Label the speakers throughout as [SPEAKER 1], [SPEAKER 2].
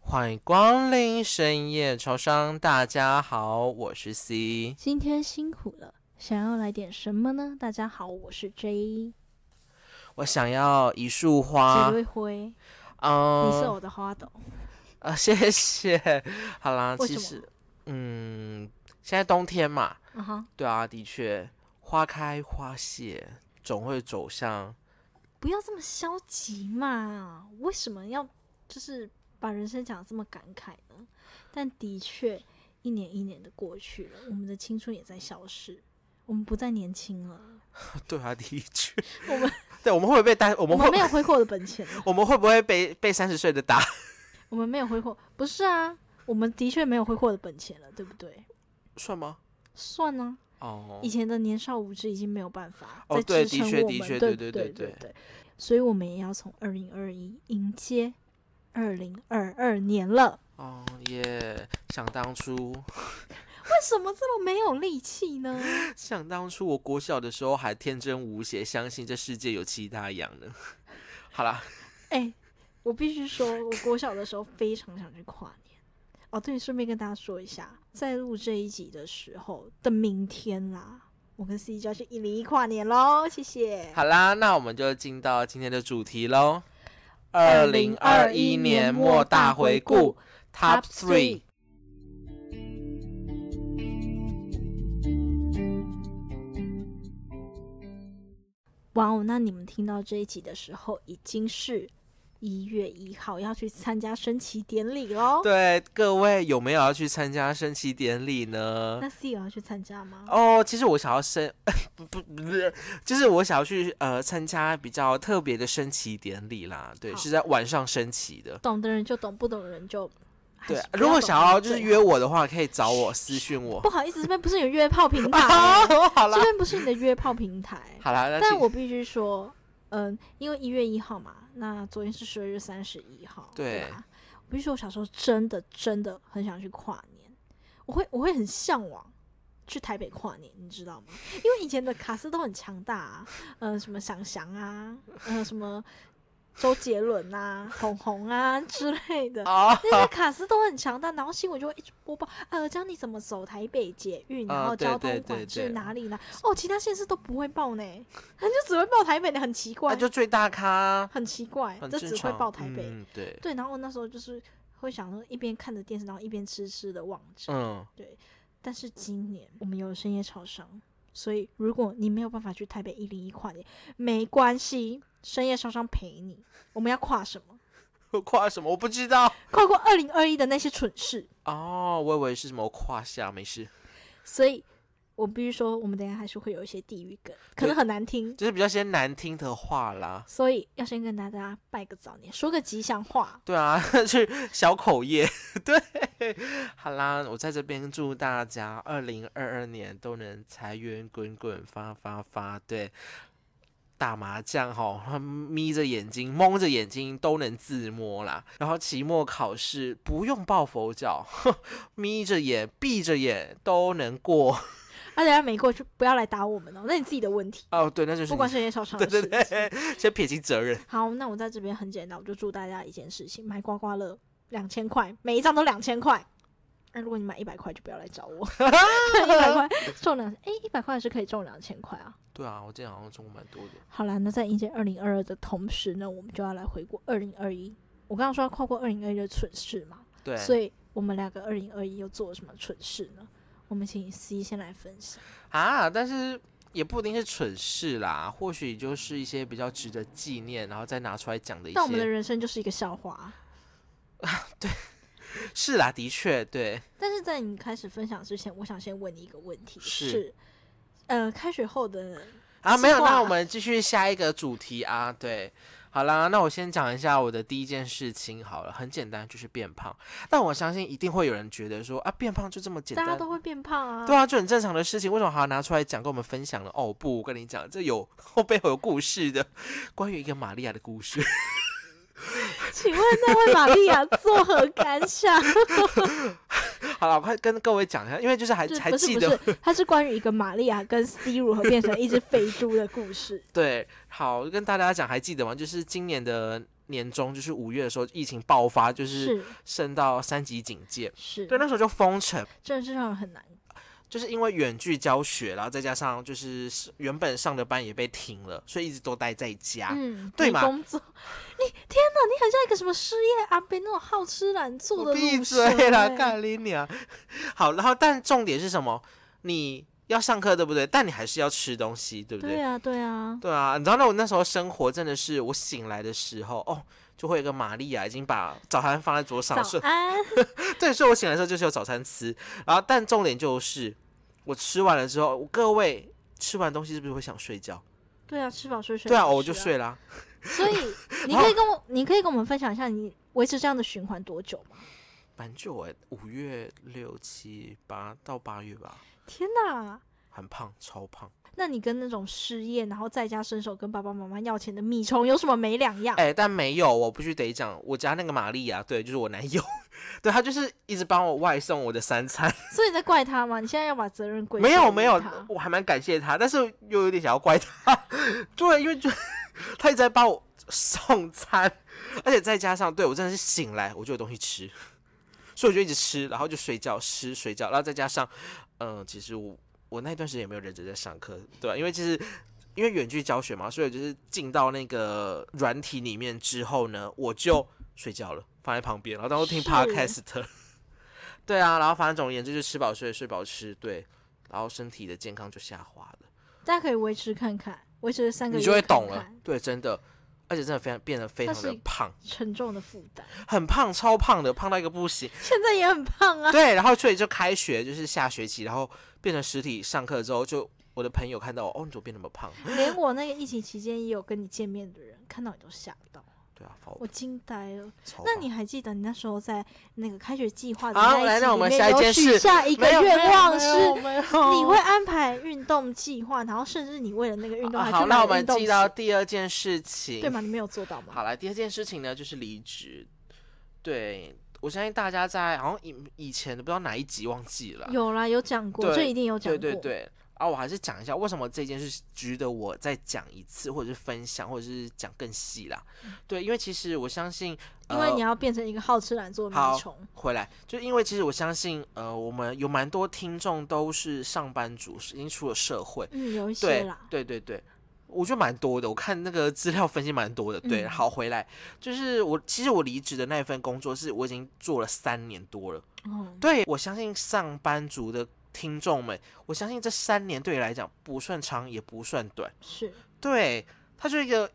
[SPEAKER 1] 欢迎光临深夜超商。大家好，我是 C。
[SPEAKER 2] 今天辛苦了，想要来点什么呢？大家好，我是 J，
[SPEAKER 1] 我想要一束花
[SPEAKER 2] 杰，瑞辉，
[SPEAKER 1] 啊嗯，
[SPEAKER 2] 你是我的花朵。
[SPEAKER 1] 啊， 谢谢。好啦，
[SPEAKER 2] 为
[SPEAKER 1] 其
[SPEAKER 2] 什么
[SPEAKER 1] 实，嗯，现在冬天嘛，
[SPEAKER 2] 嗯哼，
[SPEAKER 1] 对啊，的确，花开花谢，总会走向。
[SPEAKER 2] 不要这么消极嘛！为什么要就是把人生讲得这么感慨呢？但的确，一年一年的过去了，我们的青春也在消逝，我们不再年轻了，
[SPEAKER 1] 对啊，的确，
[SPEAKER 2] 我们
[SPEAKER 1] 对，我们会不会被单？我
[SPEAKER 2] 我
[SPEAKER 1] 们会
[SPEAKER 2] 们没有挥霍的本钱了，
[SPEAKER 1] 我们会不会被被三十岁的打？
[SPEAKER 2] 我们没有挥霍，不是啊，我们的确没有挥霍的本钱了，对不对？
[SPEAKER 1] 算吗？
[SPEAKER 2] 算啊，
[SPEAKER 1] 哦
[SPEAKER 2] 以，前的年少无知已经没有办法
[SPEAKER 1] 哦
[SPEAKER 2] 再
[SPEAKER 1] 对
[SPEAKER 2] 支
[SPEAKER 1] 的
[SPEAKER 2] 撑
[SPEAKER 1] 确
[SPEAKER 2] 我
[SPEAKER 1] 的
[SPEAKER 2] 们
[SPEAKER 1] 确
[SPEAKER 2] 对
[SPEAKER 1] 对对
[SPEAKER 2] 对
[SPEAKER 1] 对
[SPEAKER 2] 对，所以我们也要从二零二一迎接二零二二年了。
[SPEAKER 1] 哦耶！想当初，
[SPEAKER 2] 为什么这么没有力气呢？
[SPEAKER 1] 想当初，我国小的时候还天真无邪，相信这世界有其他羊呢。好啦，
[SPEAKER 2] 哎、我必须说，我国小的时候非常想去跨年。哦，对，顺便跟大家说一下，在录这一集的时候的明天啦，我跟 C 就要去一零一跨年喽，谢谢。
[SPEAKER 1] 好啦，那我们就进到今天的主题喽。二零二一
[SPEAKER 2] 2021
[SPEAKER 1] 年末大回顾 Top Three。
[SPEAKER 2] 哇哦！那你们听到这一集的时候，已经是一月一号要去参加升旗典礼喽。
[SPEAKER 1] 对各位有没有要去参加升旗典礼呢？
[SPEAKER 2] 那 C 有要去参加吗？
[SPEAKER 1] 哦，其实我想要升， 不不不是，就是我想要去呃参加比较特别的升旗典礼啦。对，
[SPEAKER 2] 好
[SPEAKER 1] 是在晚上升旗的。
[SPEAKER 2] 懂的人就懂，不懂的人就还
[SPEAKER 1] 对
[SPEAKER 2] 是，不
[SPEAKER 1] 如果
[SPEAKER 2] 懂
[SPEAKER 1] 想要
[SPEAKER 2] 最
[SPEAKER 1] 就是
[SPEAKER 2] 好
[SPEAKER 1] 约我的话，可以找我私讯我
[SPEAKER 2] 不。好意思，这边不是有约炮平 台、哦
[SPEAKER 1] 啊，好啦
[SPEAKER 2] 这，边不是你的约炮平台。
[SPEAKER 1] 好啦，那
[SPEAKER 2] 但
[SPEAKER 1] 请
[SPEAKER 2] 我必须说，嗯、因为一月一号嘛，那昨天是十二月三十一号，
[SPEAKER 1] 对
[SPEAKER 2] 吧？我必须说，我小时候真的真的很想去跨年，我会我会很向往。去台北跨年，你知道吗？因为以前的卡司都很强大、啊，呃，什么想翔啊，呃，什么周杰伦啊、红红啊之类的，
[SPEAKER 1] 啊，
[SPEAKER 2] 那些卡司都很强大，然后新闻就会一直播报，呃，教你怎么走台北捷运，
[SPEAKER 1] 啊
[SPEAKER 2] 然后
[SPEAKER 1] 对
[SPEAKER 2] 交
[SPEAKER 1] 对
[SPEAKER 2] 通
[SPEAKER 1] 对
[SPEAKER 2] 管
[SPEAKER 1] 对
[SPEAKER 2] 制哪里呢？哦，其他县市都不会报呢，他就只会报台北的，很奇
[SPEAKER 1] 那
[SPEAKER 2] 怪，
[SPEAKER 1] 啊就最大 咖，
[SPEAKER 2] 很奇怪，
[SPEAKER 1] 很
[SPEAKER 2] 就
[SPEAKER 1] 正
[SPEAKER 2] 只会
[SPEAKER 1] 常
[SPEAKER 2] 报台北。
[SPEAKER 1] 嗯， 对，
[SPEAKER 2] 对，然后我那时候就是会想说，一边看着电视，然后一边痴痴的望着。
[SPEAKER 1] 嗯，
[SPEAKER 2] 但是今年我们有深夜超商，所以如果你没有办法去台北一零一跨年，没关系，深夜超商陪你。我们要跨什么？
[SPEAKER 1] 我跨什么我不知道。
[SPEAKER 2] 跨过二零二一的那些蠢事。
[SPEAKER 1] 哦，我以为是什么胯下，没事，
[SPEAKER 2] 所以我必须说，我们等一下还是会有一些地域梗，可能很难听，
[SPEAKER 1] 就是比较些难听的话啦。
[SPEAKER 2] 所以要先跟大家拜个早年，说个吉祥话。
[SPEAKER 1] 对啊， 去小口业。 对，好啦，我在这边祝大家二零二二年都能财源滚滚，发发发。对，打麻将哈，眯着眼睛、蒙着眼睛都能自摸啦。然后期末考试不用抱佛脚， 眯着眼、闭着眼都能过。
[SPEAKER 2] 而且要没过就不要来打我们哦，那你自己的问题，
[SPEAKER 1] 哦，对，那就是
[SPEAKER 2] 不管
[SPEAKER 1] 你。
[SPEAKER 2] 是年少长
[SPEAKER 1] 对
[SPEAKER 2] 的
[SPEAKER 1] 对
[SPEAKER 2] 事情。
[SPEAKER 1] 对，先撇清责任。
[SPEAKER 2] 好，那我在这边很简单，我就祝大家一件事情：买刮刮乐两千块，每一张都两千块。那、如果你买一百块，就不要来 找我，一百块中两，哎，一百块是可以中两千块啊。
[SPEAKER 1] 对啊，我今天好像中午蛮多的。
[SPEAKER 2] 好啦，那在迎接二零二二的同时呢，我们就要来回顾二零二一。我刚刚说要跨过二零二一的蠢事嘛，
[SPEAKER 1] 对，
[SPEAKER 2] 所以我们两个二零二一又做了什么蠢事呢？我们请 C 先来分享。
[SPEAKER 1] 啊，但是也不一定是蠢事啦，或许就是一些比较值得纪念，然后再拿出来讲的一
[SPEAKER 2] 但我们的
[SPEAKER 1] 些。
[SPEAKER 2] 人生就是一个笑话。啊
[SPEAKER 1] 是啦，的确，对，
[SPEAKER 2] 但是在你开始分享之前，我想先问你一个问题：
[SPEAKER 1] 是
[SPEAKER 2] 呃，开学后的
[SPEAKER 1] 啊，没有，
[SPEAKER 2] 计划
[SPEAKER 1] 那我们继续下一个主题啊，对。好啦，那我先讲一下我的第一件事情好了，很简单，就是变胖。但我相信一定会有人觉得说啊，变胖就这么简
[SPEAKER 2] 大家
[SPEAKER 1] 单，
[SPEAKER 2] 都会变胖啊，
[SPEAKER 1] 对啊，就很正常的事情，为什么还要拿出来讲跟我们分享呢？哦不，我跟你讲，这有后背后有故事的，关于一个玛利亚的故事。
[SPEAKER 2] 请问那位玛利亚作何感 想？
[SPEAKER 1] 好了，我快跟各位讲一下，因为就是还
[SPEAKER 2] 就
[SPEAKER 1] 还
[SPEAKER 2] 不是
[SPEAKER 1] 记
[SPEAKER 2] 不
[SPEAKER 1] 得
[SPEAKER 2] 是，它是关于一个玛利亚跟 C 如何 变成一只肥猪的故事。
[SPEAKER 1] 对，好，跟大家讲，还记得吗？就是今年的年中，就是五月的时候，疫情爆发，就是
[SPEAKER 2] 是
[SPEAKER 1] 升到三级警戒。
[SPEAKER 2] 是，
[SPEAKER 1] 对，那时候就封城，
[SPEAKER 2] 真的是让人很难。
[SPEAKER 1] 就是因为远距教学，然后再加上就是是原本上的班也被停了，所以一直都待在家。
[SPEAKER 2] 嗯，
[SPEAKER 1] 啊对
[SPEAKER 2] 没
[SPEAKER 1] 嘛
[SPEAKER 2] 工作，你天哪，你很像一个什么失业阿伯那种好吃懒做的
[SPEAKER 1] 我闭
[SPEAKER 2] 乳蛇
[SPEAKER 1] 嘴啦，
[SPEAKER 2] 欸
[SPEAKER 1] 干你娘！好，然后但重点是什么？你要上课对不对？但你还是要吃东西，对不对？
[SPEAKER 2] 对啊，对啊，
[SPEAKER 1] 对啊，你知道那我那时候生活真的是，我醒来的时候哦，就会有一个玛利亚已经把早餐放在桌上，
[SPEAKER 2] 早
[SPEAKER 1] 所以
[SPEAKER 2] 安，
[SPEAKER 1] 对，所以我醒来的时候就是有早餐吃。然后但重点就是，我吃完了之后，各位吃完东西是不是会想睡觉？
[SPEAKER 2] 对啊，吃饱睡睡，
[SPEAKER 1] 对啊，
[SPEAKER 2] 好
[SPEAKER 1] 我就
[SPEAKER 2] 吃。
[SPEAKER 1] 睡啦。
[SPEAKER 2] 所以你可以跟我，你可以跟我们分享一下你维持这样的循环多久吗？
[SPEAKER 1] 蛮久哎、五月六七八到八月吧，
[SPEAKER 2] 天哪！
[SPEAKER 1] 很胖，超胖。
[SPEAKER 2] 那你跟那种失业然后在家伸手跟爸爸妈妈要钱的米虫有什么没两样？
[SPEAKER 1] 哎、但没有，我必须得讲，我家那个玛利亚，对，就是我男友， 对他就是一直帮我外送我的三餐。
[SPEAKER 2] 所以你在怪他吗？你现在要把责任归
[SPEAKER 1] 没有
[SPEAKER 2] 咎于
[SPEAKER 1] 没有
[SPEAKER 2] 他，
[SPEAKER 1] 我还蛮感谢他，但是又有点想要怪他。 对，因为就他一直在帮我送餐，而且再加上对我真的是醒来我就有东西吃，所以我就一直吃，然后就睡觉吃睡觉，然后再加上嗯、呃其实我我那段时间也没有认真在上课，对吧、因为其实。因为远距教学嘛，所以我就是进到那个软体里面之后呢，我就睡觉了，放在旁边，然后当时听
[SPEAKER 2] 是
[SPEAKER 1] podcast。对啊，然后反正总而言之，就吃饱睡，睡饱吃，对，然后身体的健康就下滑了。
[SPEAKER 2] 大家可以维持看看，维持三个月
[SPEAKER 1] 你就会
[SPEAKER 2] 看
[SPEAKER 1] 懂了
[SPEAKER 2] 看，
[SPEAKER 1] 对，真的，而且真的非常变得非
[SPEAKER 2] 那
[SPEAKER 1] 常
[SPEAKER 2] 是
[SPEAKER 1] 的胖，
[SPEAKER 2] 沉重的负担。
[SPEAKER 1] 很胖，超胖的，胖到一个不行。
[SPEAKER 2] 现在也很胖 啊，
[SPEAKER 1] 对，然后所以就开学，就是下学期，然后变成实体上课之后，就我的朋友看到我，哦，你怎么变那么胖？
[SPEAKER 2] 连我那个疫情期间也有跟你见面的人看到你都吓到，
[SPEAKER 1] 对啊，超
[SPEAKER 2] 我惊呆了。
[SPEAKER 1] 超
[SPEAKER 2] 那
[SPEAKER 1] 胖
[SPEAKER 2] 你还记得你那时候在那个开学计划的
[SPEAKER 1] 好
[SPEAKER 2] 那一
[SPEAKER 1] 来
[SPEAKER 2] 集
[SPEAKER 1] 那我
[SPEAKER 2] 里
[SPEAKER 1] 们
[SPEAKER 2] 面
[SPEAKER 1] 下一
[SPEAKER 2] 有
[SPEAKER 1] 件
[SPEAKER 2] 许
[SPEAKER 1] 事
[SPEAKER 2] 下一个
[SPEAKER 1] 没有
[SPEAKER 2] 愿望
[SPEAKER 1] 没
[SPEAKER 2] 是
[SPEAKER 1] 有没有
[SPEAKER 2] 你会安排运动计划，然后甚至你为了那个运动
[SPEAKER 1] 啊
[SPEAKER 2] 还
[SPEAKER 1] 好，
[SPEAKER 2] 去买
[SPEAKER 1] 那我
[SPEAKER 2] 了
[SPEAKER 1] 们
[SPEAKER 2] 运动
[SPEAKER 1] 记到
[SPEAKER 2] 鞋，
[SPEAKER 1] 第二件事情，
[SPEAKER 2] 对吗？你没有做到吗？
[SPEAKER 1] 好来，第二件事情呢，就是离职。对我相信大家在好像以以前的不知道哪一集忘记了，
[SPEAKER 2] 有啦，有讲过，
[SPEAKER 1] 对
[SPEAKER 2] 这一定有讲
[SPEAKER 1] 对
[SPEAKER 2] 过。
[SPEAKER 1] 对对。啊，我还是讲一下为什么这件事值得我再讲一次，或者是分享，或者是讲更细啦。对，因为其实我相信，
[SPEAKER 2] 嗯因为
[SPEAKER 1] 呃
[SPEAKER 2] 你要变成一个好吃懒做的
[SPEAKER 1] 好
[SPEAKER 2] 米虫，
[SPEAKER 1] 回来，就因为其实我相信，呃，我们有蛮多听众都是上班族，是已经出了社会，
[SPEAKER 2] 嗯，有一些
[SPEAKER 1] 对
[SPEAKER 2] 啦，
[SPEAKER 1] 对对对，我觉得蛮多的。我看那个资料分析蛮多的。对，
[SPEAKER 2] 嗯
[SPEAKER 1] 好回来，就是我其实我离职的那份工作是我已经做了三年多了。
[SPEAKER 2] 嗯，
[SPEAKER 1] 对我相信上班族的听众们，我相信这三年对你来讲不算长也不算短，
[SPEAKER 2] 是
[SPEAKER 1] 对，它就是一个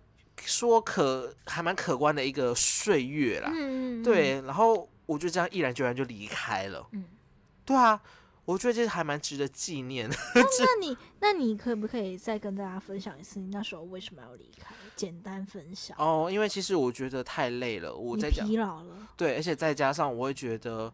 [SPEAKER 1] 说可还蛮可观的一个岁月啦。
[SPEAKER 2] 嗯，嗯，
[SPEAKER 1] 对，然后我就这样毅然决然就离开了。
[SPEAKER 2] 嗯，
[SPEAKER 1] 对啊，我觉得这还蛮值得纪念的。
[SPEAKER 2] 那你那你可不可以再跟大家分享一次你那时候为什么要离开？简单分享。
[SPEAKER 1] 哦，因为其实我觉得太累了，我
[SPEAKER 2] 你
[SPEAKER 1] 在讲哦
[SPEAKER 2] 疲劳了，
[SPEAKER 1] 对，而且再加上我会觉得，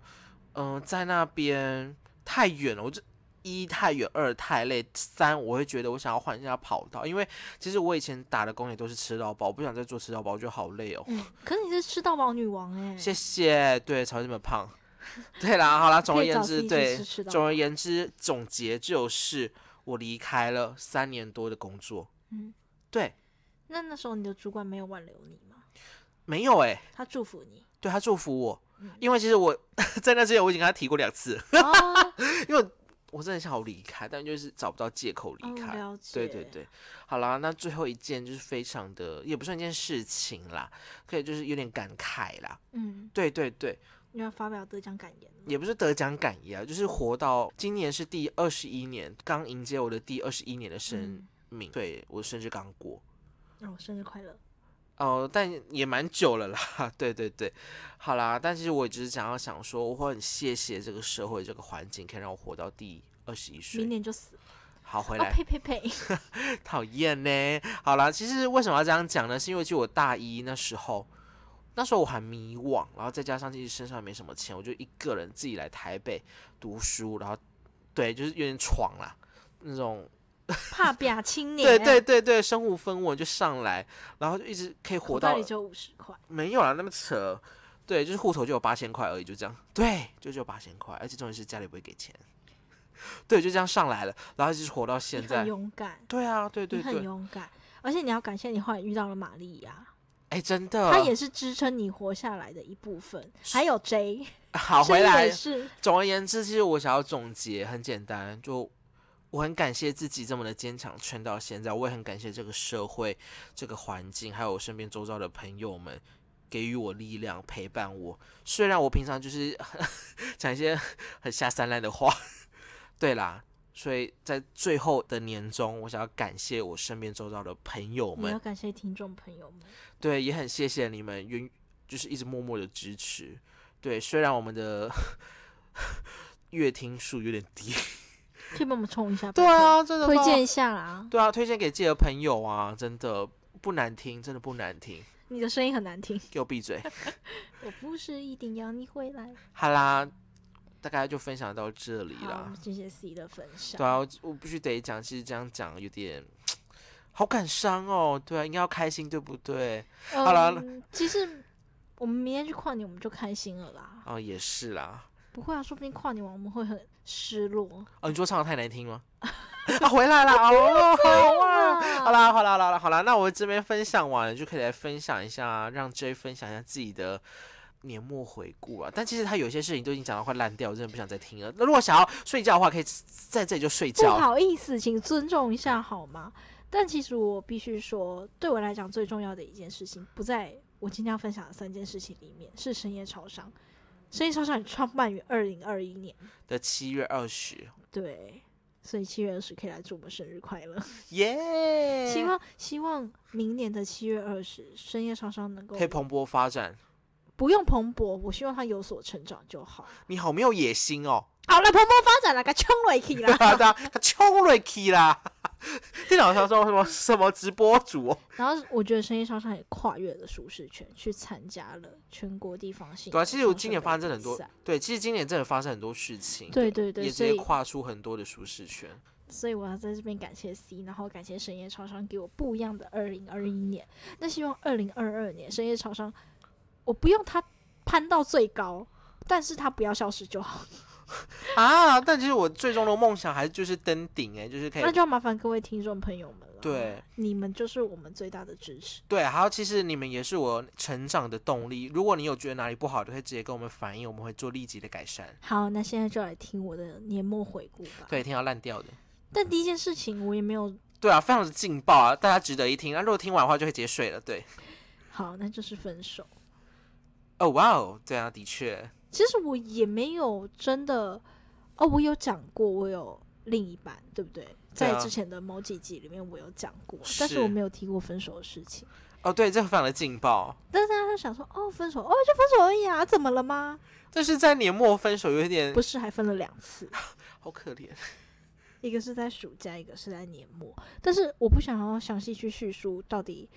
[SPEAKER 1] 嗯、在那边太远了，我这一太远，二太累，三我会觉得我想要换一下跑道，因为其实我以前打的工也都是吃到饱，我不想再做吃到饱，我觉得好累哦。
[SPEAKER 2] 嗯，可是你是吃到饱女王哎、
[SPEAKER 1] 谢谢，对，才会这么胖。 对啦，好啦，总
[SPEAKER 2] 可
[SPEAKER 1] 而
[SPEAKER 2] 以
[SPEAKER 1] 言
[SPEAKER 2] 找自
[SPEAKER 1] 之，
[SPEAKER 2] 己去
[SPEAKER 1] 对
[SPEAKER 2] 吃，吃到
[SPEAKER 1] 总
[SPEAKER 2] 饱
[SPEAKER 1] 而言之，总结就是我离开了三年多的工作，
[SPEAKER 2] 嗯，
[SPEAKER 1] 对，
[SPEAKER 2] 那那时候你的主管没有挽留你吗？
[SPEAKER 1] 没有哎、
[SPEAKER 2] 他祝福 你，
[SPEAKER 1] 对他祝福我
[SPEAKER 2] 嗯，
[SPEAKER 1] 因为其实我 在那之前我已经跟他提过两次，
[SPEAKER 2] 哦，
[SPEAKER 1] 因为我真的想好离开，但就是找不到借口
[SPEAKER 2] 哦
[SPEAKER 1] 离开。
[SPEAKER 2] 了解，
[SPEAKER 1] 对对，对，好啦，那最后一件就是非常的，也不算一件事情啦，可以就是有点感慨啦。
[SPEAKER 2] 嗯，
[SPEAKER 1] 对对对，
[SPEAKER 2] 你要发表得奖感言了，
[SPEAKER 1] 也不是得奖感言啊，就是活到今年是第二十一年，刚迎接我的第二十一年的
[SPEAKER 2] 嗯
[SPEAKER 1] 生命，对我生日刚过。
[SPEAKER 2] 让我、生日快乐，
[SPEAKER 1] 哦，但也蛮久了啦， 对对对，好啦，但其实我只是想要想说，我会很谢谢这个社会这个环境，可以让我活到第二十一
[SPEAKER 2] 明
[SPEAKER 1] 岁。
[SPEAKER 2] 年就死了，
[SPEAKER 1] 好，回
[SPEAKER 2] 哦
[SPEAKER 1] 来，
[SPEAKER 2] 呸 呸呸，
[SPEAKER 1] 讨厌呢。好啦，其实为什么要这样讲呢？是因为就我大一那时候，那时候我还迷惘，然后再加上其实身上也没什么钱，我就一个人自己来台北读书，然后对，就是有点闯啦，那种
[SPEAKER 2] 怕表青年，哎
[SPEAKER 1] 对对，对对，生无分文就上来，然后就一直可以活
[SPEAKER 2] 口袋
[SPEAKER 1] 到
[SPEAKER 2] 里只有五十块，
[SPEAKER 1] 没有啦，那么扯。对，就是户头就有八千块而已，就这样。对，就只有八千块，而且重点是家里不会给钱。对，就这样上来了，然后就是活到
[SPEAKER 2] 你
[SPEAKER 1] 现
[SPEAKER 2] 很
[SPEAKER 1] 在。
[SPEAKER 2] 勇敢，
[SPEAKER 1] 对啊，对对
[SPEAKER 2] 你很
[SPEAKER 1] 对，
[SPEAKER 2] 勇敢，而且你要感谢你后来遇到了玛利亚，
[SPEAKER 1] 哎，真的，
[SPEAKER 2] 它也是支撑你活下来的一部分。还有 J，
[SPEAKER 1] 好
[SPEAKER 2] J
[SPEAKER 1] 回来
[SPEAKER 2] 也。是，
[SPEAKER 1] 总而言之，其实我想要总结很简单，就我很感谢自己这么的坚强撑到现在，我也很感谢这个社会、这个环境，还有我身边周遭的朋友们。给予我力量，陪伴我。虽然我平常就是 讲一些很下三滥的话， 对啦，所以在最后的年终，我想要感谢我身边周遭的朋友
[SPEAKER 2] 你
[SPEAKER 1] 们
[SPEAKER 2] 要，感谢听众朋友们，
[SPEAKER 1] 对，也很谢谢你们愿就是一直默默的支持。对，虽然我们的 乐听数有点低，
[SPEAKER 2] 可以帮我们冲一下，
[SPEAKER 1] 对啊，真的
[SPEAKER 2] 拜托，推
[SPEAKER 1] 吗
[SPEAKER 2] 荐一下啦。
[SPEAKER 1] 对啊，推荐给自己的朋友啊，真的不难听，真的不难听，
[SPEAKER 2] 你的声音很难听，
[SPEAKER 1] 给我闭 嘴。
[SPEAKER 2] 我不是一定要你回来。
[SPEAKER 1] 好啦，大概就分享到这里
[SPEAKER 2] 好，我
[SPEAKER 1] 啦
[SPEAKER 2] 们。谢谢 C 的分享。
[SPEAKER 1] 对啊，我我必须得讲，其实这样讲有点好感伤哦。对啊，应该要开心，对不对？
[SPEAKER 2] 嗯，
[SPEAKER 1] 好啦
[SPEAKER 2] 其实我们明天去跨年，我们就开心了啦。
[SPEAKER 1] 哦，也是啦。
[SPEAKER 2] 不会啊，说不定跨年完我们会很失落。
[SPEAKER 1] 哦，你说唱的太难听 吗？啊，回来了哦，好啊，好啦，好啦，好啦，好啦，那我这边分享完了，就可以来分享一下，让 J 分享一下自己的年末回顾啊。但其实他有些事情都已经讲到快烂掉，我真的不想再听了。那如果想要睡觉的话，可以在这里就睡
[SPEAKER 2] 不
[SPEAKER 1] 觉。
[SPEAKER 2] 好意思，请尊重一下好吗？但其实我必须说，对我来讲最重要的一件事情，不在我今天要分享的三件事情里面，是深夜超商。深夜超商也创办于二零二一年，
[SPEAKER 1] 的七月二十，
[SPEAKER 2] 对，所以七月二十可以来祝我们生日快乐。
[SPEAKER 1] 耶！
[SPEAKER 2] 希望希望明年的七月二十，深夜超商能够
[SPEAKER 1] 可以蓬勃发展。
[SPEAKER 2] 不用蓬勃，我希望它有所成长就好。
[SPEAKER 1] 你好没有野心哦，
[SPEAKER 2] 好了，蓬勃发展了，该冲了去啦。
[SPEAKER 1] 对啊，他冲瑞 k 啦。电脑上说什么什么直播主哦？
[SPEAKER 2] 然后我觉得生意超商也跨越了舒适圈，去参加了全国地方性的
[SPEAKER 1] 对啊，
[SPEAKER 2] 创
[SPEAKER 1] 其
[SPEAKER 2] 始
[SPEAKER 1] 实
[SPEAKER 2] 人比赛。
[SPEAKER 1] 我今年发生很多，对，其实今年真的发生很多事情，
[SPEAKER 2] 对对对，
[SPEAKER 1] 也直
[SPEAKER 2] 所
[SPEAKER 1] 接
[SPEAKER 2] 以
[SPEAKER 1] 跨出很多的舒适圈。
[SPEAKER 2] 所以我要在这边感谢 C，然后感谢深夜超商给我不一样的二零二一
[SPEAKER 1] 嗯
[SPEAKER 2] 年。那希望二零二二年深夜超商，我不用它攀到最高，但是它不要消失就好。
[SPEAKER 1] 啊，但其实我最终的梦想还是就是登顶哎、就是可以
[SPEAKER 2] 那就要麻烦各位听众朋友们了，
[SPEAKER 1] 对，
[SPEAKER 2] 你们就是我们最大的支持。
[SPEAKER 1] 对，还有其实你们也是我成长的动力。如果你有觉得哪里不好，就会直接跟我们反映，我们会做立即的改善。
[SPEAKER 2] 好，那现在就来听我的年末回顾吧。
[SPEAKER 1] 对，听到烂掉的，
[SPEAKER 2] 但第一件事情我也没有
[SPEAKER 1] 对啊，非常的劲爆啊，大家值得一听。那、如果听完的话，就会直接睡了。对，
[SPEAKER 2] 好，那就是分手。
[SPEAKER 1] 哦哇哦，对啊，的确，
[SPEAKER 2] 其实我也没有真的，哦，我有讲过，我有另一半，对不对？在之前的某几集里面我有讲过，但
[SPEAKER 1] 啊
[SPEAKER 2] 是
[SPEAKER 1] 是
[SPEAKER 2] 我没有提过分手的事情。
[SPEAKER 1] 哦对，这个非常的劲爆。
[SPEAKER 2] 但是大家就想说，哦，分手，哦，就分手而已啊，怎么了吗？
[SPEAKER 1] 但是在年末分手有一点
[SPEAKER 2] 不是，还分了两次，
[SPEAKER 1] 好可怜，
[SPEAKER 2] 一个是在暑假，一个是在年末。但是我不想要详细去叙述到底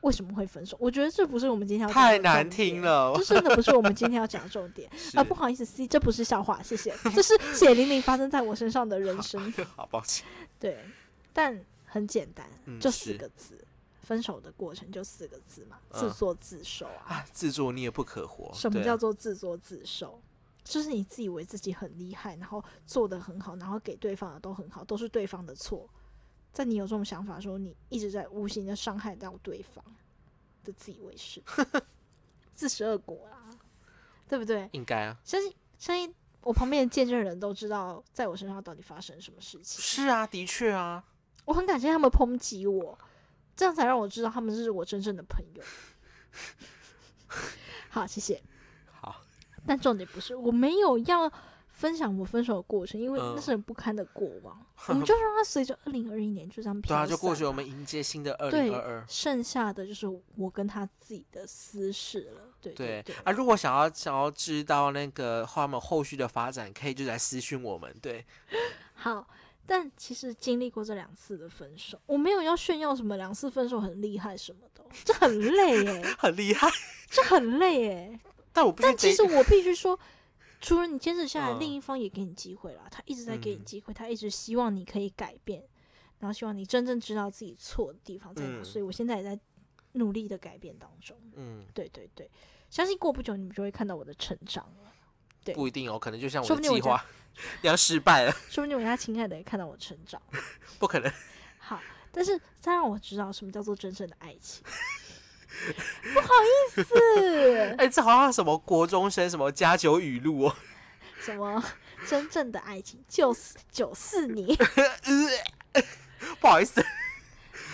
[SPEAKER 2] 为什么会分手，我觉得这不是我们今天要讲的
[SPEAKER 1] 太难
[SPEAKER 2] 重点
[SPEAKER 1] 听。了
[SPEAKER 2] 这。真的不是我们今天要讲的重 点啊！不好意思，C，这不是笑话，谢谢，这是血淋淋发生在我身上的人生。
[SPEAKER 1] 是好抱歉，
[SPEAKER 2] 对，但很简单，
[SPEAKER 1] 嗯
[SPEAKER 2] 就是四个字。分手的过程就四个字嘛，
[SPEAKER 1] 嗯
[SPEAKER 2] 自作自受啊。
[SPEAKER 1] 啊，自作孽不可活。
[SPEAKER 2] 什么
[SPEAKER 1] 对啊
[SPEAKER 2] 叫做自作自受？就是你自以为自己很厉害，然后做的很好，然后给对方的都很好，都是对方的错。在你有这种想法的时候，你一直在无形的伤害到对方的自以为是，自食恶果啊，对不对？
[SPEAKER 1] 应该啊？
[SPEAKER 2] 相信相信我旁边的见证人都知道，在我身上到底发生什么事情。
[SPEAKER 1] 是啊，的确啊。
[SPEAKER 2] 我很感谢他们抨击我，这样才让我知道他们是我真正的朋友。 好，谢谢。
[SPEAKER 1] 好，
[SPEAKER 2] 但重点不是，我没有要分享我分手的过程，因为
[SPEAKER 1] 嗯
[SPEAKER 2] 那是很不堪的过 往。我们就让它随着二零二一年就这样
[SPEAKER 1] 对
[SPEAKER 2] 飘
[SPEAKER 1] 啊，
[SPEAKER 2] 散。
[SPEAKER 1] 就过去，我们迎接新的二零二二。
[SPEAKER 2] 剩下的就是我跟他自己的私事了。对
[SPEAKER 1] 对
[SPEAKER 2] 对，
[SPEAKER 1] 啊，如果想要想要知道那个他们后续的发展，可以就来私讯我们。对，
[SPEAKER 2] 好，但其实经历过这两次的分手，我没有要炫耀什么两次分手很厉害什么的哦，这很累耶、
[SPEAKER 1] 很厉害。
[SPEAKER 2] 这很累耶、
[SPEAKER 1] 但我必须
[SPEAKER 2] 但其
[SPEAKER 1] 得
[SPEAKER 2] 实我必须说，除了你坚持下来，
[SPEAKER 1] 嗯
[SPEAKER 2] 另一方也给你机会啦。他一直在给你
[SPEAKER 1] 嗯
[SPEAKER 2] 机会，他一直希望你可以改变，然后希望你真正知道自己错的地方在哪。
[SPEAKER 1] 嗯
[SPEAKER 2] 所以我现在也在努力的改变当中。
[SPEAKER 1] 嗯，
[SPEAKER 2] 对对对，相信过不久你们就会看到我的成长了，对
[SPEAKER 1] 不一定哦，可能就像我
[SPEAKER 2] 说
[SPEAKER 1] 的
[SPEAKER 2] 不定我
[SPEAKER 1] 计
[SPEAKER 2] 这样
[SPEAKER 1] 划一样失败了，
[SPEAKER 2] 说不定我家亲爱的也看到我成长。
[SPEAKER 1] 不可能。
[SPEAKER 2] 好，但是再让我知道什么叫做真正的爱情。 是
[SPEAKER 1] 哎、这好像什么国中生什么加酒语录哦。
[SPEAKER 2] 什么？真正的爱情就是就是你。
[SPEAKER 1] 不好意思，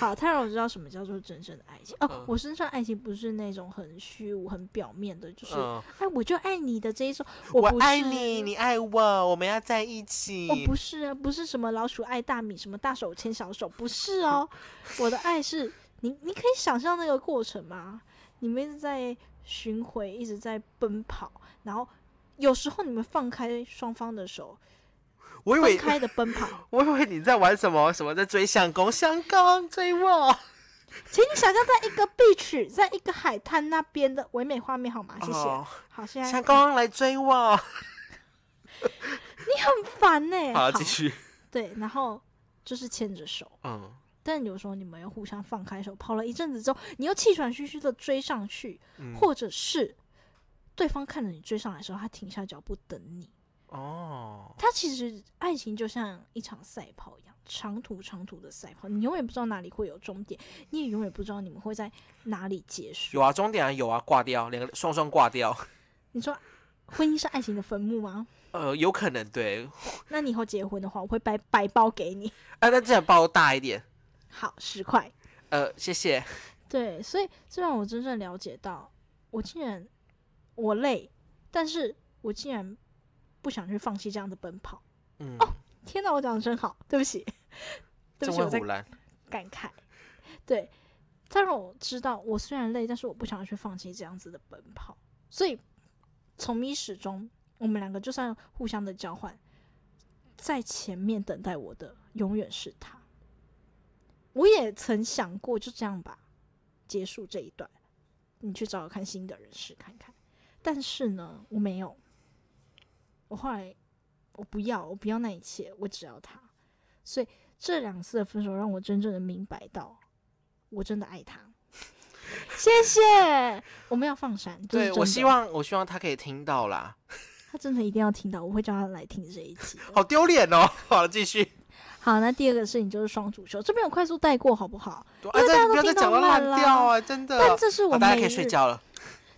[SPEAKER 2] 好，他让我知道什么叫做真正的爱情。哦，
[SPEAKER 1] 嗯
[SPEAKER 2] 我身上爱情不是那种很虚无、很表面的，就是、
[SPEAKER 1] 嗯，
[SPEAKER 2] 哎，我就爱你的这一种。
[SPEAKER 1] 我
[SPEAKER 2] 不
[SPEAKER 1] 爱
[SPEAKER 2] 是
[SPEAKER 1] 你，你爱我，我们要在一起。
[SPEAKER 2] 我不是啊，不是什么老鼠爱大米，什么大手牵小手，不是 哦。我的爱是你，你可以想象那个过程吗？你们一直在巡回，一直在奔跑，然后有时候你们放开双方的手，
[SPEAKER 1] 我以
[SPEAKER 2] 分
[SPEAKER 1] 为
[SPEAKER 2] 开的奔跑。
[SPEAKER 1] 我以为你在玩什么什么，在追相公，相公追我。
[SPEAKER 2] 请你想象在一个 beach，在一个海滩那边的唯美画面，好吗？谢谢。
[SPEAKER 1] 哦，
[SPEAKER 2] 好，现在
[SPEAKER 1] 相公来追我。
[SPEAKER 2] 很烦呢、
[SPEAKER 1] 好，
[SPEAKER 2] 好，
[SPEAKER 1] 继续。
[SPEAKER 2] 对，然后就是牵着手，
[SPEAKER 1] 嗯，
[SPEAKER 2] 但有时候你们又互相放开手，跑了一阵子之后，你又气喘吁吁的追上去，
[SPEAKER 1] 嗯
[SPEAKER 2] 或者是对方看着你追上来的时候，他停下脚步等你。
[SPEAKER 1] 哦，
[SPEAKER 2] 他其实爱情就像一场赛跑一样，长途长途的赛跑，你永远不知道哪里会有终点，你也永远不知道你们会在哪里结束。
[SPEAKER 1] 有啊，终点啊，有啊，挂掉，两个双双挂掉。
[SPEAKER 2] 你说婚姻是爱情的坟墓吗？
[SPEAKER 1] 呃，有可能对。
[SPEAKER 2] 那你以后结婚的话，我会白白包给你，
[SPEAKER 1] 啊，那这样包大一点。
[SPEAKER 2] 好十块。
[SPEAKER 1] 呃，谢谢。
[SPEAKER 2] 对，所以这让我真正了解到，我竟然我累，但是我竟然不想去放弃这样的奔跑。
[SPEAKER 1] 嗯，
[SPEAKER 2] 天哪，我讲的真好，对不起，哦对
[SPEAKER 1] 这
[SPEAKER 2] 不起，
[SPEAKER 1] 位
[SPEAKER 2] 我在
[SPEAKER 1] 胡兰，
[SPEAKER 2] 感慨。对，他让我知道，我虽然累，但是我不想去放弃这样子的奔跑。所以从一始终，我们两个就算互相的交换，在前面等待我的永远是他。我也曾想过，就这样吧，结束这一段，你去找找看新的人试看看。但是呢，我没有。我后来我不要，我不要那一切，我只要他。所以这两次的分手让我真正的明白到，我真的爱他。 谢谢，我们要放闪。这
[SPEAKER 1] 对
[SPEAKER 2] 是真
[SPEAKER 1] 我
[SPEAKER 2] 的
[SPEAKER 1] 希望，我希望他可以听到啦。
[SPEAKER 2] 他真的一定要听到，我会叫他来听这一集的。
[SPEAKER 1] 好丢脸哦。 好了，继续。
[SPEAKER 2] 好，那第二个事情就是双主修，这边有快速带过好不好？
[SPEAKER 1] 哎，
[SPEAKER 2] 啊大
[SPEAKER 1] 这
[SPEAKER 2] 家
[SPEAKER 1] 不
[SPEAKER 2] 都
[SPEAKER 1] 要再
[SPEAKER 2] 听
[SPEAKER 1] 讲
[SPEAKER 2] 到
[SPEAKER 1] 到烂
[SPEAKER 2] 烂啦
[SPEAKER 1] 掉啊！真的。
[SPEAKER 2] 但这是我
[SPEAKER 1] 好，大家
[SPEAKER 2] 每
[SPEAKER 1] 可以睡
[SPEAKER 2] 日，
[SPEAKER 1] 觉了。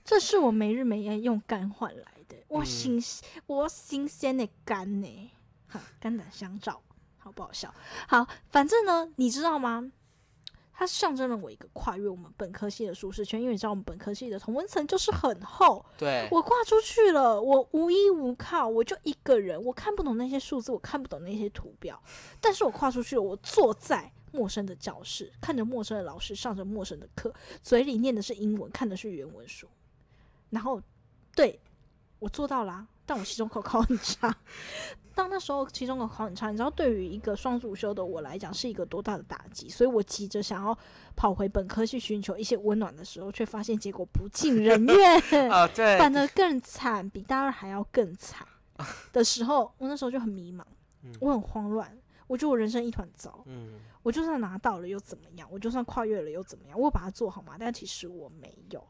[SPEAKER 2] 这是我没日没夜用肝换来的，我
[SPEAKER 1] 嗯
[SPEAKER 2] 新、我新鲜的肝呢，好肝胆相照，好不好笑？好，反正呢，你知道吗？它象征了我一个跨越我们本科系的舒适圈，因为你知道我们本科系的同温层就是很厚，
[SPEAKER 1] 对，
[SPEAKER 2] 我跨出去了，我无依无靠，我就一个人，我看不懂那些数字，我看不懂那些图表，但是我跨出去了，我坐在陌生的教室，看着陌生的老师上着陌生的课，嘴里念的是英文，看的是原文书，然后对我做到啦、但我期中考考很差。当那时候期中考考很差，你知道对于一个双主修的我来讲是一个多大的打击，所以我急着想要跑回本科去寻求一些温暖的时候，却发现结果不尽人愿。
[SPEAKER 1] 啊，对，
[SPEAKER 2] 反而更惨，比大二还要更惨的 时候，我那时候就很迷茫，
[SPEAKER 1] 嗯
[SPEAKER 2] 我很慌乱，我觉得我人生一团糟。
[SPEAKER 1] 嗯，
[SPEAKER 2] 我就算拿到了又怎么样？我就算跨越了又怎么样？我有把它做好嘛？但其实我没有。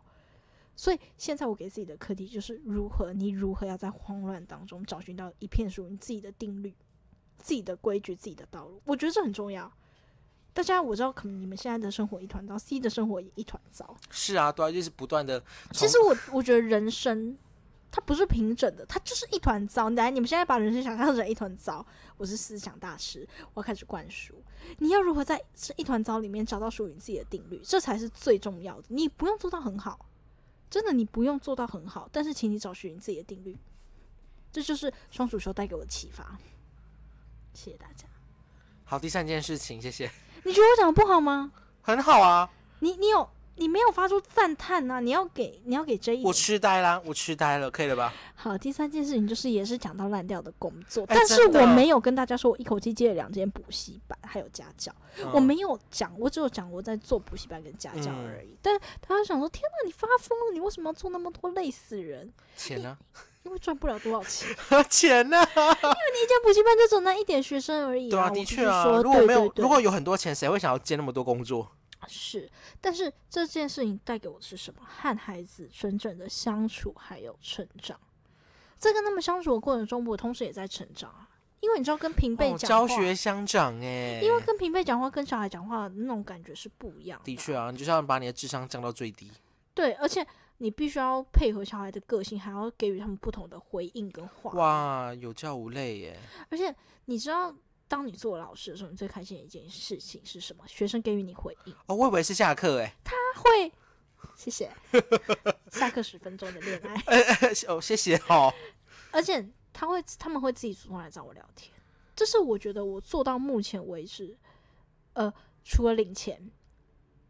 [SPEAKER 2] 所以现在我给自己的课题就是如何，你如何要在慌乱当中找寻到一片属于你自己的定律、自己的规矩、自己的道路。我觉得这很重要。大家我知道，可能你们现在的生活一团糟，C 的生活也一团糟。
[SPEAKER 1] 是啊，对啊，就是不断的。
[SPEAKER 2] 其实我我觉得人生它不是平整的，它就是一团糟。来，你们现在把人生想象成一团糟，我是思想大师，我要开始灌输你要如何在这一团糟里面找到属于你自己的定律，这才是最重要的。你不用做到很好，真的你不用做到很好，但是请你找寻你自己的定律。这就是双主修带给我的启发。谢谢大家。
[SPEAKER 1] 好，第三件事情，谢谢，
[SPEAKER 2] 你觉得我讲的不好吗？
[SPEAKER 1] 很好啊，
[SPEAKER 2] 你你有你没有发出赞叹呐、你要给你要给 J 一
[SPEAKER 1] 我痴呆啦，我痴呆了，可以了吧？
[SPEAKER 2] 好，第三件事情就是也是讲到烂掉的工作，
[SPEAKER 1] 哎
[SPEAKER 2] 但是
[SPEAKER 1] 真的
[SPEAKER 2] 我没有跟大家说我一口气接了两间补习班，还有家教，我
[SPEAKER 1] 嗯
[SPEAKER 2] 没有讲，我只有讲我在做补习班跟家教而已。但大家想说，天哪，你发疯了，你为什么要做那么多，累死人？
[SPEAKER 1] 钱 呢？
[SPEAKER 2] 因为赚不了多少钱，
[SPEAKER 1] 钱呢？
[SPEAKER 2] 一间补习班就只有那一点学生而已、
[SPEAKER 1] 对啊，
[SPEAKER 2] 我
[SPEAKER 1] 的
[SPEAKER 2] 必须
[SPEAKER 1] 确啊，
[SPEAKER 2] 说
[SPEAKER 1] 如果
[SPEAKER 2] 对
[SPEAKER 1] 没有
[SPEAKER 2] 对对
[SPEAKER 1] 如果有很多钱，谁会想要接那么多工作？
[SPEAKER 2] 是，但是这件事情带给我的是什么？和孩子真正的相处还有成长，在跟他们相处的过程中，我同时也在成长啊。因为你知道跟平辈
[SPEAKER 1] 哦，
[SPEAKER 2] 讲话，
[SPEAKER 1] 教学相长哎、
[SPEAKER 2] 因为跟平辈讲话跟小孩讲话那种感觉是不一样
[SPEAKER 1] 的
[SPEAKER 2] 啊
[SPEAKER 1] 确啊，你就是要把你的智商降到最低。
[SPEAKER 2] 对，而且你必须要配合小孩的个性，还要给予他们不同的回应跟话。
[SPEAKER 1] 哇，有教无类耶！
[SPEAKER 2] 而且你知道，当你做老师的时候，你最开心的一件事情是什么？学生给予你回应，
[SPEAKER 1] 哦，我以为是下课哎。
[SPEAKER 2] 他会谢谢下课十分钟的恋爱，
[SPEAKER 1] 哦，谢谢哦。
[SPEAKER 2] 而且他会他们会自己主动来找我聊天，这是我觉得我做到目前为止，呃，除了领钱。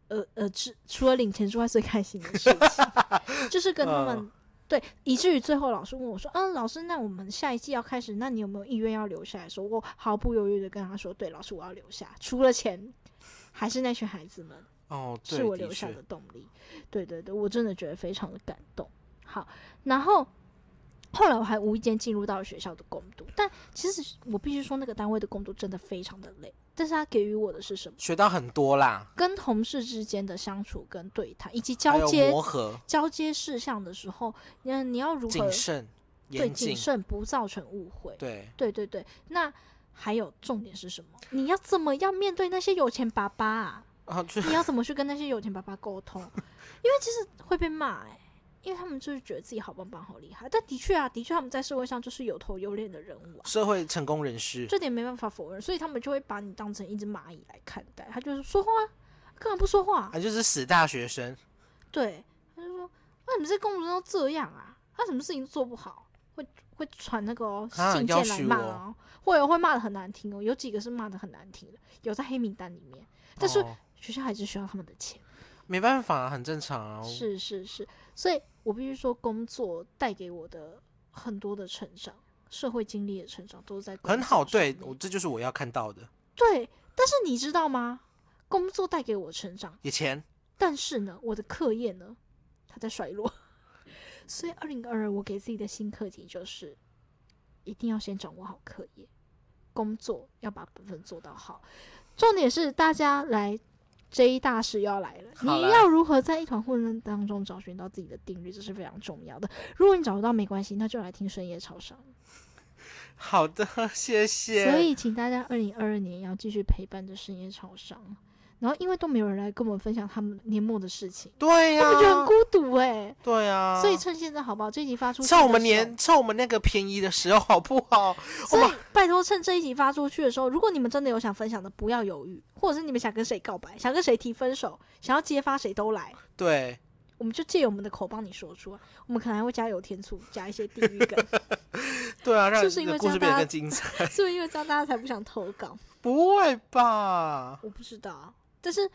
[SPEAKER 2] 呃呃，之除了领钱之外，最开心的事情就是跟他们、
[SPEAKER 1] 嗯
[SPEAKER 2] 对，以至于最后老师问我说：“嗯，老师，那我们下一季要开始，那你有没有意愿要留下来说？”我毫不犹豫的跟他说：“对，老师，我要留下。除了钱，还是那群孩子们
[SPEAKER 1] 哦，对，
[SPEAKER 2] 是我
[SPEAKER 1] 的
[SPEAKER 2] 留下
[SPEAKER 1] 确
[SPEAKER 2] 的动力。”对对对，我真的觉得非常的感动。好，然后后来我还无意间进入到了学校的攻读，但其实我必须说，那个单位的攻读真的非常的累，但是他给予我的是什么？
[SPEAKER 1] 学到很多啦，
[SPEAKER 2] 跟同事之间的相处跟对谈，以及
[SPEAKER 1] 还
[SPEAKER 2] 交
[SPEAKER 1] 有
[SPEAKER 2] 接
[SPEAKER 1] 磨合、
[SPEAKER 2] 交接事项的时候，嗯，你要如何
[SPEAKER 1] 谨慎、
[SPEAKER 2] 对
[SPEAKER 1] 严
[SPEAKER 2] 谨
[SPEAKER 1] 谨，
[SPEAKER 2] 慎，不造成误会。
[SPEAKER 1] 对，
[SPEAKER 2] 对对对，那还有重点是什么？你要怎么样面对那些有钱爸爸、啊？
[SPEAKER 1] 啊，就
[SPEAKER 2] 你要怎么去跟那些有钱爸爸沟通？因为其实会被骂哎、因为他们就是觉得自己好棒棒、好厉害。但的确啊，的确他们在社会上就是有头有脸的人物啊，
[SPEAKER 1] 社会成功人士，
[SPEAKER 2] 这点没办法否认，所以他们就会把你当成一只蚂蚁来看待。他就是说话啊，干嘛不说话啊、
[SPEAKER 1] 啊，就是死大学生，
[SPEAKER 2] 对，他就说：“那、你们这些工作都这样啊？他、什么事情都做不好，会会传那个、哦、
[SPEAKER 1] 啊
[SPEAKER 2] 信
[SPEAKER 1] 要
[SPEAKER 2] 件来
[SPEAKER 1] 挟
[SPEAKER 2] 骂
[SPEAKER 1] 我
[SPEAKER 2] 哦，会哦会骂的很难听哦，有几个是骂的很难听的，有在黑名单里面。但是
[SPEAKER 1] 哦
[SPEAKER 2] 学校还是需要他们的钱，
[SPEAKER 1] 没办法啊，很正常啊。
[SPEAKER 2] 是是是，所以我必须说，工作带给我的很多的成长，社会经历的成长，都在工
[SPEAKER 1] 很好，
[SPEAKER 2] 作上
[SPEAKER 1] 对
[SPEAKER 2] 面
[SPEAKER 1] 我这就是我要看到的。
[SPEAKER 2] 对。但是你知道吗？工作带给我成长，
[SPEAKER 1] 以前
[SPEAKER 2] 但是呢，我的课业呢，它在衰落。 所以，二零二二我给自己的新课题就是，一定要先掌握好课业，工作要把本分做到好。重点是大家来 J 大师要来了，
[SPEAKER 1] 好
[SPEAKER 2] 你
[SPEAKER 1] 来
[SPEAKER 2] 要如何在一团混乱当中找寻到自己的定律，这是非常重要的。如果你找不到没关系，那就来听深夜超商。
[SPEAKER 1] 好的， 谢谢。
[SPEAKER 2] 所以，请大家二零二二年要继续陪伴着深夜超商。然后，因为都没有人来跟我们分享他们年末的事情。
[SPEAKER 1] 对啊呀、
[SPEAKER 2] 他们觉得很孤独哎、
[SPEAKER 1] 对呀、
[SPEAKER 2] 所以趁现在好不好？这一集发出去的时
[SPEAKER 1] 趁
[SPEAKER 2] 候，
[SPEAKER 1] 我们年趁我们那个便宜的时候好不好？
[SPEAKER 2] 所以拜托趁这一集发出去的时候，如果你们真的有想分享的，不要犹豫，或者是你们想跟谁告白，想跟谁提分手，想要揭发谁都来，
[SPEAKER 1] 对，
[SPEAKER 2] 我们就借由我们的口帮你说出来，我们可能还会加油添醋，加一些地域 感，
[SPEAKER 1] 对啊，让
[SPEAKER 2] 是不是
[SPEAKER 1] 你
[SPEAKER 2] 因
[SPEAKER 1] 的
[SPEAKER 2] 为
[SPEAKER 1] 故
[SPEAKER 2] 这
[SPEAKER 1] 事变得
[SPEAKER 2] 样大
[SPEAKER 1] 更
[SPEAKER 2] 家
[SPEAKER 1] 精彩。
[SPEAKER 2] 是不是因为这样大家才不想投稿？
[SPEAKER 1] 不会吧？
[SPEAKER 2] 我不知道啊，但是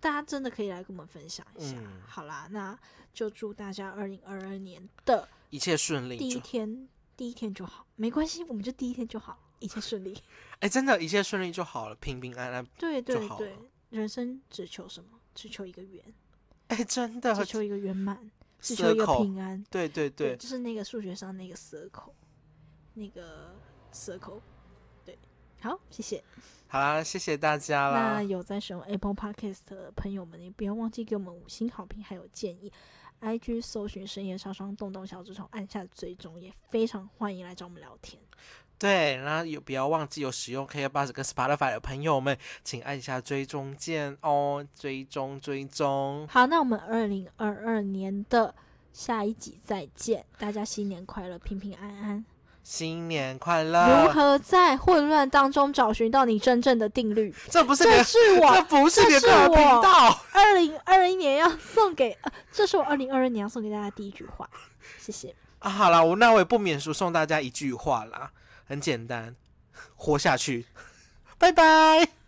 [SPEAKER 2] 大家真的可以来跟我们分享一下。
[SPEAKER 1] 嗯
[SPEAKER 2] 好啦，那就祝大家二零二二年的
[SPEAKER 1] 一切顺利
[SPEAKER 2] 第一
[SPEAKER 1] 就。
[SPEAKER 2] 天，第一天就好，没关系，我们就第一天就好，一切顺利。
[SPEAKER 1] 哎，真的，一切顺利就好了，平平安安。
[SPEAKER 2] 对
[SPEAKER 1] 就
[SPEAKER 2] 对
[SPEAKER 1] 好
[SPEAKER 2] 对
[SPEAKER 1] 了，
[SPEAKER 2] 人生只求什么？只求一个圆，
[SPEAKER 1] 哎，真的
[SPEAKER 2] 只，求一个圆满，只求
[SPEAKER 1] 蛇
[SPEAKER 2] 一个
[SPEAKER 1] 口。
[SPEAKER 2] 平安。
[SPEAKER 1] 对对对，
[SPEAKER 2] 就是那个数学上那个 circle，那个 circle。对，好，谢谢。
[SPEAKER 1] 好啦，谢谢大家啦
[SPEAKER 2] 那。有在使用 Apple Podcast 的朋友们，也不要忘记给我们五星好评还有建议。IG 搜寻深夜烧伤动动小指头，按下追踪，也非常欢迎来找我们聊天。
[SPEAKER 1] 对，然后也不要忘记有使用 k b u s 跟 Spotify 的朋友们，请按一下追踪键哦，追踪追踪，
[SPEAKER 2] 好，那我们二零二二年的下一集再见，大家新年快乐，平平安安。
[SPEAKER 1] 新年快
[SPEAKER 2] 如
[SPEAKER 1] 乐！
[SPEAKER 2] 何在混乱当中找寻到你真正的定律？
[SPEAKER 1] 这不是你
[SPEAKER 2] 这
[SPEAKER 1] 的，
[SPEAKER 2] 是
[SPEAKER 1] 这
[SPEAKER 2] 我
[SPEAKER 1] 不是你的
[SPEAKER 2] 这是
[SPEAKER 1] 个人频
[SPEAKER 2] 我
[SPEAKER 1] 道。
[SPEAKER 2] 二零二一年要送给，呃这是我二零二二年要送给大家的第一句话。谢谢，
[SPEAKER 1] 啊，好啦，我那我也不免俗 送大家一句话啦，很简单，活下去，拜拜。